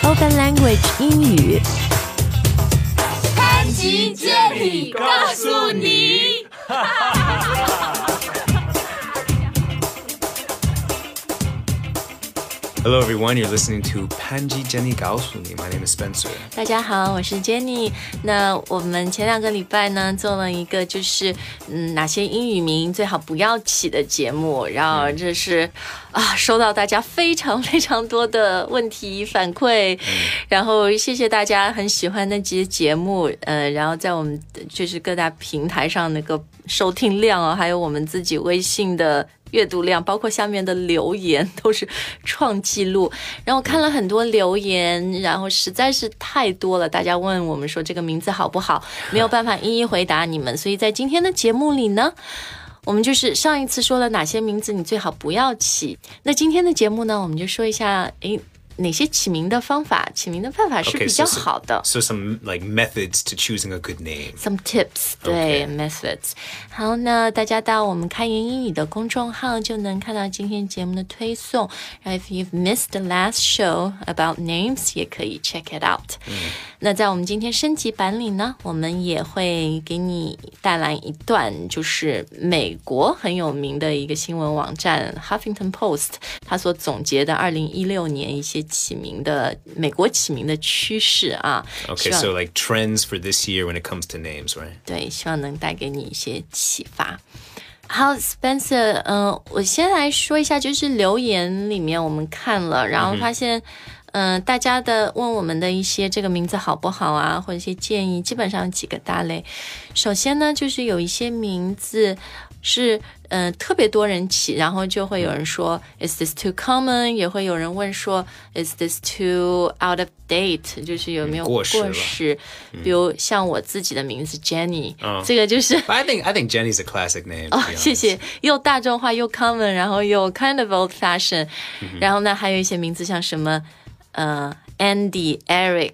Spoken Language 英语。潘吉建议告诉你。 Hello, everyone. You're listening to Panji Jenny Gaosuni. My name is Spencer. 大家好，我是 Jenny。那我们前两个礼拜呢，做了一个就是嗯哪些英语名最好不要起的节目，然后这是啊收到大家非常非常多的问题反馈，然后谢谢大家很喜欢那集节目，呃，然后在我们就是各大平台上那个收听量啊，还有我们自己微信的阅读量，包括下面的留言都是创纪录。然后看了很多留言，然后实在是太多了，大家问我们说这个名字好不好，没有办法一一回答你们，所以在今天的节目里呢。我们就是上一次说了哪些名字你最好不要起，那今天的节目呢，我们就说一下，诶，哪些起名的方法，起名的办法是 Okay, 比较 so some- 好的。 So some like methods to choosing a good name. Some tips，对 Okay methods。好，那大家到我们开言英语的公众号就能看到今天节目的推送。然后，if you've missed the last show about names，也可以 check it out。那在我们今天升级版里呢，我们也会给你带来一段，就是美国很有名的一个新闻网站《Huffington Post》它所总结的2016年一些起名的美国起名的趋势啊。 Okay, 希望 so like trends for this year when it comes to names, right? 对，希望能带给你一些启发。好，Spencer，嗯、我先来说一下，就是留言里面我们看了，然后发现，嗯、大家的问我们的一些这个名字好不好啊，或者一些建议，基本上有几个大类。首先呢，就是有一些名字是，嗯、特别多人起，然后就会有人说，Is this too common？也会有人问说，Is this too out of date？就是有没有嗯过时了嗯过时比如像我自己的名字 Jenny，、这个就是 But I think I think Jenny's a classic name. to 哦 be，honest. 谢谢，又大众化又 common，然后又 kind of old fashion，、然后呢，还有一些名字像什么，呃，Andy、Eric，、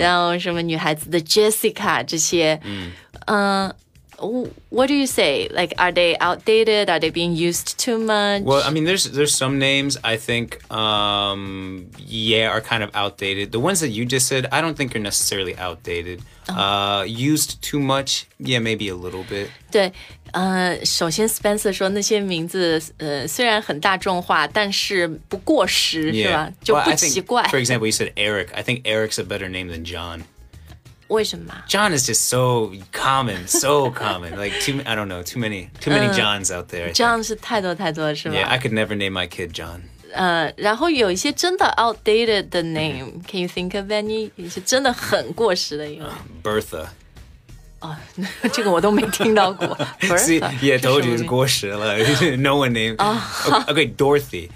然后什么女孩子的 Jessica 这些，嗯、w h a t do you say? Like, are they outdated? Are they being used too much? Well, I mean, there's there's some names I think, um, yeah, are kind of outdated. The ones that you just said, I don't think are necessarily outdated. Uh, used too much, yeah, maybe a little bit. 对，呃，首先 Spencer 说那些名字，呃，虽然很大众化，但是不过时 Yeah, 是吧？就 Well, 不 I 奇 think, 怪。 for example, you said Eric. I think Eric's a better name than John. 为什么？ John is just so common, so common. Like too, I don't know, too many, too many Johns out there. I think. 这样是太多太多是吧 Yeah, I could never name my kid John. 呃，然后有一些真的 outdated 的 name，can you think of any？有一些真的很过时的英文 Bertha. 哦， 这个我都没听到 过。不 See, 是 yeah, told you it's 过 Gorshilla. no one named. Okay, okay, Dorothy.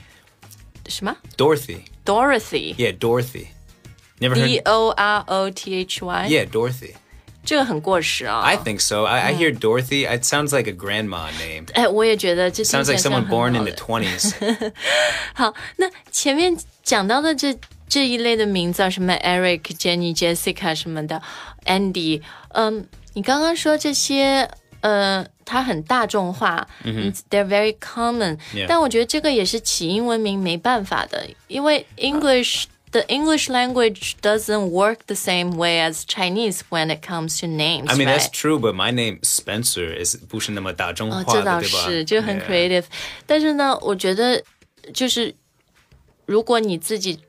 什么 Dorothy. Dorothy，D Yeah, Dorothy. Never heard. O R O T H Y，、 Yeah, Dorothy. 这个很过时啊。 I think so. I, I hear Dorothy. It sounds like a grandma name. 哎，我也觉得这 Sounds 听 like 起来像 someone 很 born 老 in the 的 20s. 好，那前面讲到的这这一类的名字啊，什么 Eric、Jenny、Jessica 什么的，Andy，嗯，你刚刚说这些，呃，它很大众化、嗯 t h e y r e very common，、 Yeah 但我觉得这个也是起英文名没办法的，因为 English、The English language doesn't work the same way as Chinese when it comes to names. I mean, right? that's true, but my name Spencer is 不是那么大众化的，哦，这倒对吧？是，就很 Yeah. creative。但是呢，我觉得就是如果你自己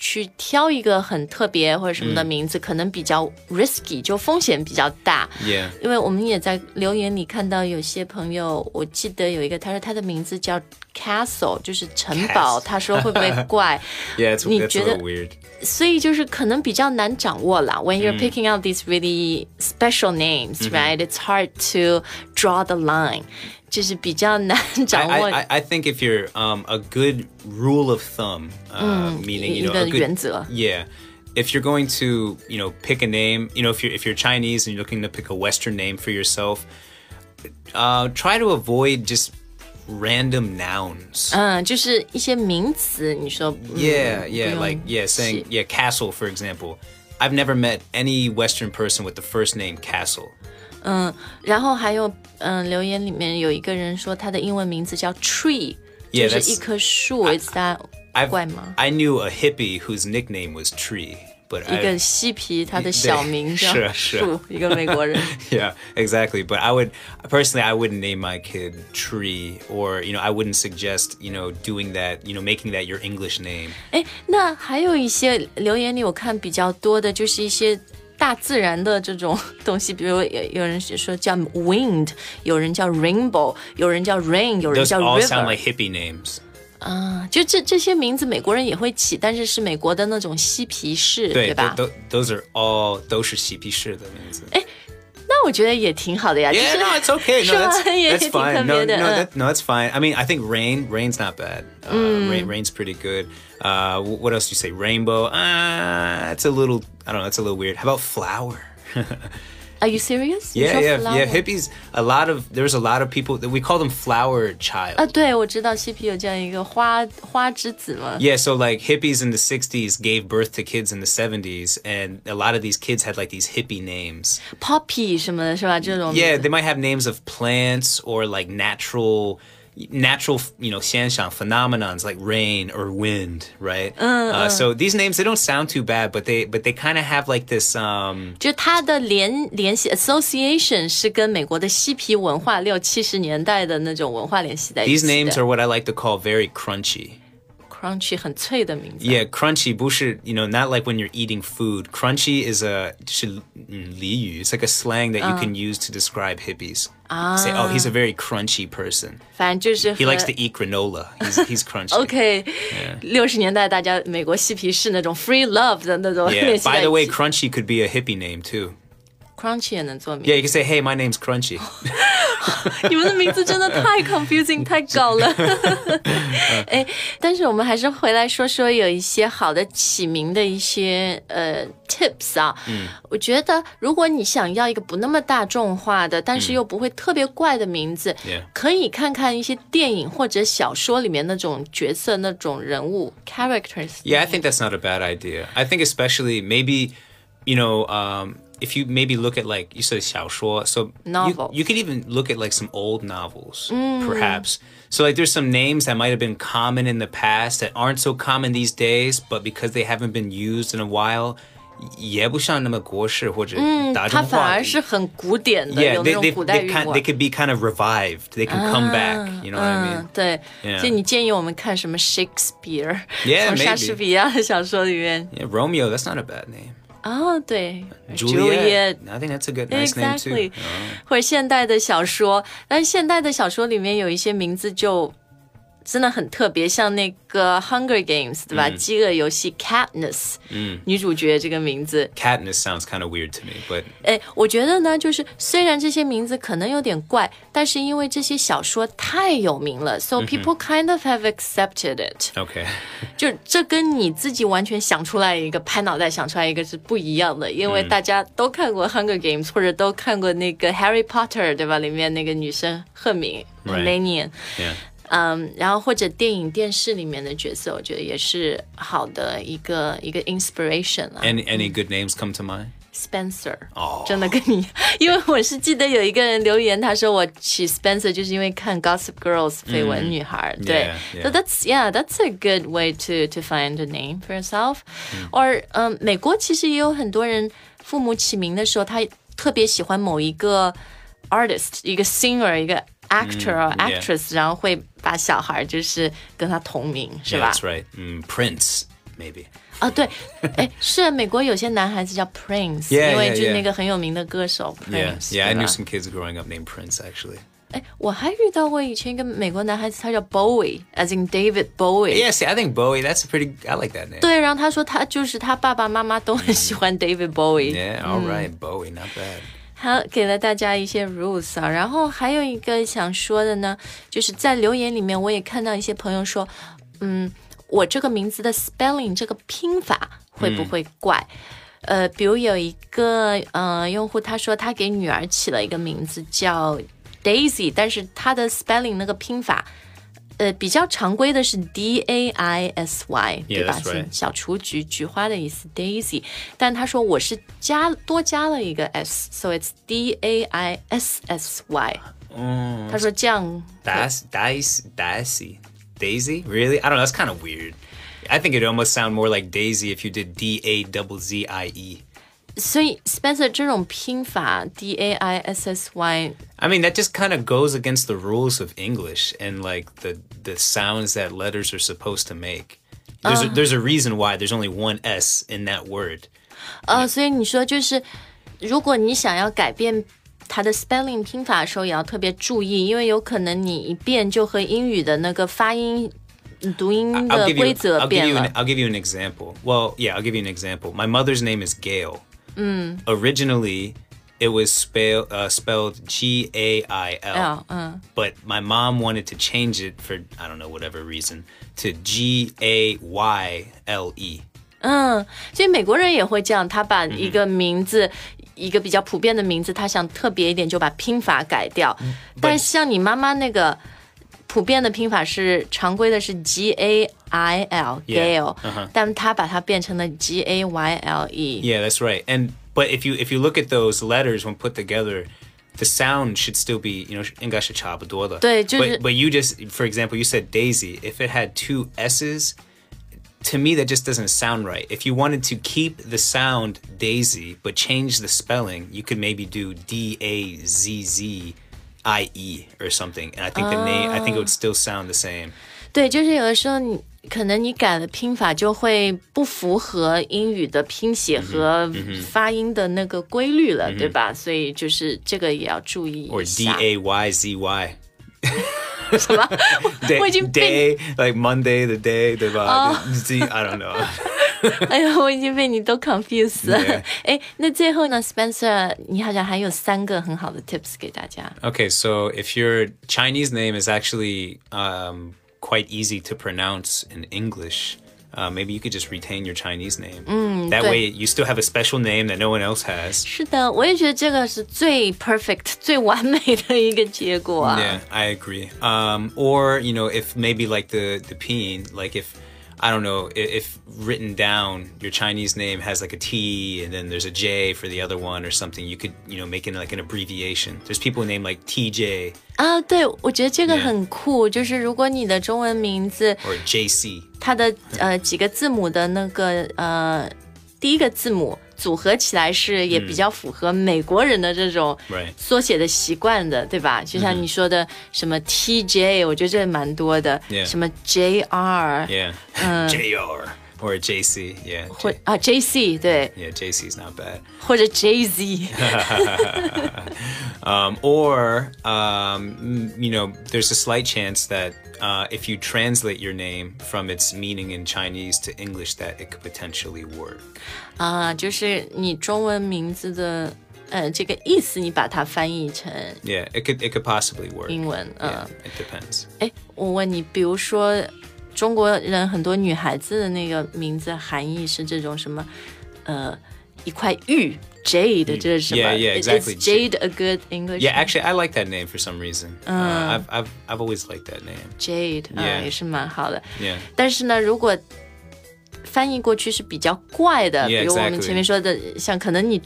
去挑一个很特别或者什么嗯的名字，可能比较 risky，就风险比较大。 Yeah. 因为我们也在留言里看到有些朋友，我记得有一个，他说他的名字叫 Castle，就是城堡。 Castle 他说会不会 怪？ Yeah, it's, You that's a did little it- weird. 所以就是可能比较难掌握啦。When you're picking out these really special names, Mm-hmm。 right? It's hard to draw the line，就是比较难掌 I, 握 I, I- I think if you're um, a good rule of thumb, uh, meaning you know, a good, 一个原则。 yeah, if you're going to you know pick a name, you know if you're if you're Chinese and you're looking to pick a Western name for yourself, uh, try to avoid just random nouns. 嗯，就是一些名词，你说 yeah, 嗯不 yeah, 用 like 写 yeah, saying yeah, castle for example. I've never met any Western person with the first name Castle. 然后还有，嗯、留言里面有一个人说他的英文名字叫 tree，就 Yeah, 是 that's- 一棵树。It's that I've, 怪吗？ I knew a hippie whose nickname was Tree, but 一个 I, 嬉皮，他的小名叫是啊是啊树，一个美国人。 yeah, exactly. But I would personally, I wouldn't name my kid Tree, or you know, I wouldn't suggest you know doing that, you know, making that your English name. 哎，那还有一些留言里我看比较多的，就是一些大自然的这种 东西，比如有有人说叫 wind，有人叫 rainbow，有人叫 rain，有人 Those 叫 all sound river， like hippie names. 就这这些名字美国人也会起，但是是美国的那种嬉皮士，对吧 th-？th- those are all 都是嬉皮士的名字。那我觉得也挺好的呀，就 Yeah, 是 no, it's okay. 是 No, 吧 that's,？也 that's 挺特 fine. No, no, 别的。嗯 that, no, that's fine. I mean, I think rain, rain's not bad. Uh, rain, rain's pretty good. Uh, wh- what else do you say? Rainbow. Uh, it's a little. I don't know. It's a little weird. How about flower? Are you serious? 你 Yeah, 说 yeah, yeah. flower Hippies. A lot of there's a lot of people that we call them flower child. 啊，对，我知道嬉皮有这样一个花花之子嘛。 Yeah, so like hippies in the 60s gave birth to kids in the 70s, and a lot of these kids had like these hippie names. poppy 什么的，是吧？这种 Yeah, 名 they 字 might have names of plants or like natural, natural, you know, xianshan phenomenons like rain or wind, right? Uh, so these names they don't sound too bad, but they but they kind of have like this. Um, 就它的联联系 association 是跟美国的嬉皮文化六七十年代的那种文化联系在一 these 起的。 names are what I like to call very crunchy. crunchy 很脆的名字。 Yeah, crunchy 不是 you know not like when you're eating food. Crunchy is a 是俚语. It's like a slang that you can use to describe hippies. Say, oh, he's a very crunchy person. 反正就是 He 和 likes to eat granola. He's he's crunchy. OK，六十、年代大家美国嬉皮士那种 free love 的那种 Yeah. 联系在 By 一 the way, 起。 crunchy could be a hippie name too. crunchy 也能做名 Yeah, you can say, "Hey, my name's Crunchy." 你们的名字真的太 confusing，太搞了。 哎，但是我们还是回来说说有一些好的起名的一些呃 tips 啊。嗯，我觉得如果你想要一个不那么大众化的，但是又不会特别怪的名字，嗯 Yeah 可以看看一些电影或者小说里面那种角色、那种人物 characters。 Yeah, I think that's not a bad idea. I think especially maybe, you know, um, if you maybe look at like you said 小说, so you- Novel. You, could even look at like some old novels, perhaps. So like there's some names that might have been common in the past that aren't so common these days, but because they haven't been used in a while, 也不像那么国式或者它大众化的反而是很古典的， Yeah, 有 they, 那 they, 种古代 they, 韵 kind, 味 they。could be kind of revived. They can come back. You know what I 嗯 mean?，对 Yeah. 所以你建议我们看什么 Shakespeare，、 Yeah, 从莎 maybe. 士比亚的小说里面 Yeah, Romeo, that's not a bad name. 啊、对 Juliet. I think that's a good, nice Exactly， name too. Oh. 或者现代的小说，但是现代的小说里面有一些名字就真的很特别，像那个《Hunger Games》，对嗯吧？饥饿游戏 Katniss，嗯，女主角这个名字， Katniss sounds kind of weird to me, but 哎，我觉得呢，就是虽然这些名字可能有点怪，但是因为这些小说太有名了，so 嗯 people kind of have accepted it、 okay. 就这跟你自己完全想出来一个拍脑袋想出来一个是不一样的，因为大家都看过《Hunger Games》或者都看过那个《Harry Potter》，对吧？里面那个女生赫敏 Right. m e n i a n Yeah. 嗯，然后或者电影、电视里面的角色，我觉得也是好的一个一个 inspiration 啊。 Any any good names come to mind? Spencer，、哦真的跟你，因为我是记得有一个人留言，他说我起 Spencer 就是因为看 Gossip Girls 绯闻女孩，嗯对 yeah, So yeah. that's yeah, that's a good way to to find a name for yourself. Or 嗯、美国其实也有很多人父母起名的时候，他特别喜欢某一个 artist，一个 singer，一个 actor or 嗯 yeah. actress，、然后会把小孩就是跟他同名，是 Yeah, 吧？ that's right. Mm, Prince, maybe. 啊，对，哎，是美国有些男孩子叫 Prince， Yeah, 因为 yeah, 就是 yeah. 那个很有名的歌手 Yeah, Prince。 yeah. I 对 knew 吧 some kids growing up named Prince actually. 哎，我还遇到过以前一个美国男孩子，他叫 Bowie，as in David Bowie。 Yeah, see, I think Bowie. That's a pretty. I like that name. 对，然后他说他就是他爸爸妈妈都很喜欢 David Bowie。 Yeah, all right, Bowie, not bad. 好，给了大家一些 rules 啊。然后还有一个想说的呢，就是在留言里面我也看到一些朋友说，嗯，我这个名字的 spelling 这个拼法会不会怪？呃，比如有一个呃用户他说他给女儿起了一个名字叫 Daisy，但是他的 spelling 那个拼法。呃，比较常规的是 D A I S Y，对吧 that's 是 right. 小雏菊、菊花的意思，Daisy。但他说我是加多加了一个 s，so it's D A I S S Y。嗯，他说这样 Dice, Dice, Daisy, Daisy. Really? I don't know. That's kind of weird. I think it almost sound more like Daisy if you did D A double Z I E. 所以 Spencer 这种拼法 D A I S S Y， I mean, that just kind of goes against the rules of English and like the the sounds that letters are supposed to make. There's a, there's a reason why there's only one S in that word. 呃，所以你说就是，如果你想要改变它的 spelling 拼法的时候，也要特别注意，因为有可能你一变就和英语的那个发音、读音 I'll 的 give you, 规则 I'll give 变 you, 了 an,。I'll give you an example. Well, yeah, I'll give you an example. My mother's name is Gail. Originally, it was spell, uh, spelled G A I L. L，嗯 But my mom wanted to change it for, I don't know, whatever reason, to G A Y L E. 嗯，所以美国人也会这样，他把一嗯个名字。一个比较普遍的名字，他想特别一点，就把拼法改掉。嗯但是像你妈妈那个普遍的拼法是常规的，是 G A I L Yeah， Gale，、但他把它变成了 G A Y L E。 Yeah, that's right. And but if you if you look at those letters when put together, the sound should still be you know 应该是差不多的。对，就是- But but you just for example you said Daisy. If it had two s's, to me that just doesn't sound right. If you wanted to keep the sound Daisy but change the spelling, you could maybe do D A Z Z I E or something. And I think the name I think it would still sound the same. 对，就是有的时候你可能你改了拼法，就会不符合英语的拼嗯写和发音的那个规律了，对吧？所以就是这个也要注意 Or 一 D 下。 A Y Z Y. 什么？ Day, 我已经被- day like Monday the day 对吧？Z I don't know. 哎呀，我已经被你都 confused 了 Yeah.。 哎，那最后呢，Spencer，你好像还有三个很好的 tips 给大家。 Okay, so if your Chinese name is actually um, quite easy to pronounce in English, uh, maybe you could just retain your Chinese name. that good. way, you still have a special name that no one else has. 是的，我也觉得这个是最 perfect、最 完美的一个结果啊。 Yeah, I agree. Um, or you know, if maybe like the the pinyin, like if I don't know, if, if written down, your Chinese name has like a T and then there's a J for the other one or something. You could you know make it like an abbreviation. There's people named like TJ 啊，对，我觉得这个 Yeah. 很酷就是如果你的中文名字 or JC. 它的呃几个字母的那个呃第一个字母组合起来是也比较符合美国人的这种嗯 Right. 嗯缩写的习惯的，对吧？就像你说的什么 TJ，我觉得这蛮多的 Yeah. 什么 JR， Yeah, JR or a JC. Yeah, 或啊 JC 对， yeah, JC's not bad. 或者 JZ， Um, or, um, you know, there's a slight chance that uh, if you translate your name from its meaning in Chinese to English, that it could potentially work. 啊，就是你中文名字的呃这个意思，你把它翻译成 Yeah, it could it could possibly work. 英文，嗯、 Yeah, it depends. 哎，我问你，比如说中国人很多女孩子的那个名字含义是这种什么？呃，一块玉 jade 这是什么 yeah, yeah, Is- exactly. Is jade a good English? Yeah, actually, I like that name for some reason. Uh, I've, I've I've always liked that name. jade 啊、 Yeah. 也是蛮好的。 Yeah. 但是呢，如果翻译过去是比较怪的 Yeah, 比如我们 exactly. 前面说的，像可能你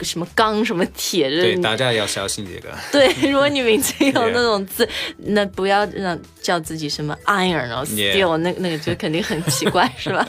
什么钢什么铁，这你对，大家要小心这个。对，如果你名字有 Yeah. 那种字那不要让叫自己什么 iron 哦 Yeah. steel，、那那个就肯定很奇怪，是吧？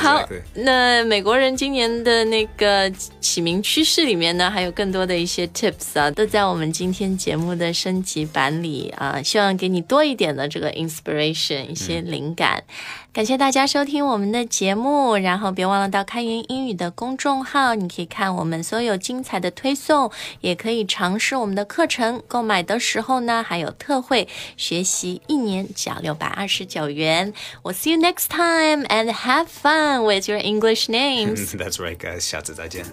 好 exactly.， 那美国人今年的那个起名趋势里面呢，还有更多的一些 tips 啊，都在我们今天节目的升级版里啊，希望给你多一点的这个 inspiration，一些灵感。感谢大家收听我们的节目，然后别忘了到呃开源英语的公众号，你可以看我们所有精彩的推送，也可以尝试我们的课程。购买的时候呢，还有特惠，学习一年只要六百二十九元。我 see you next time and have fun with your English names. That's right, guys. 下次再见。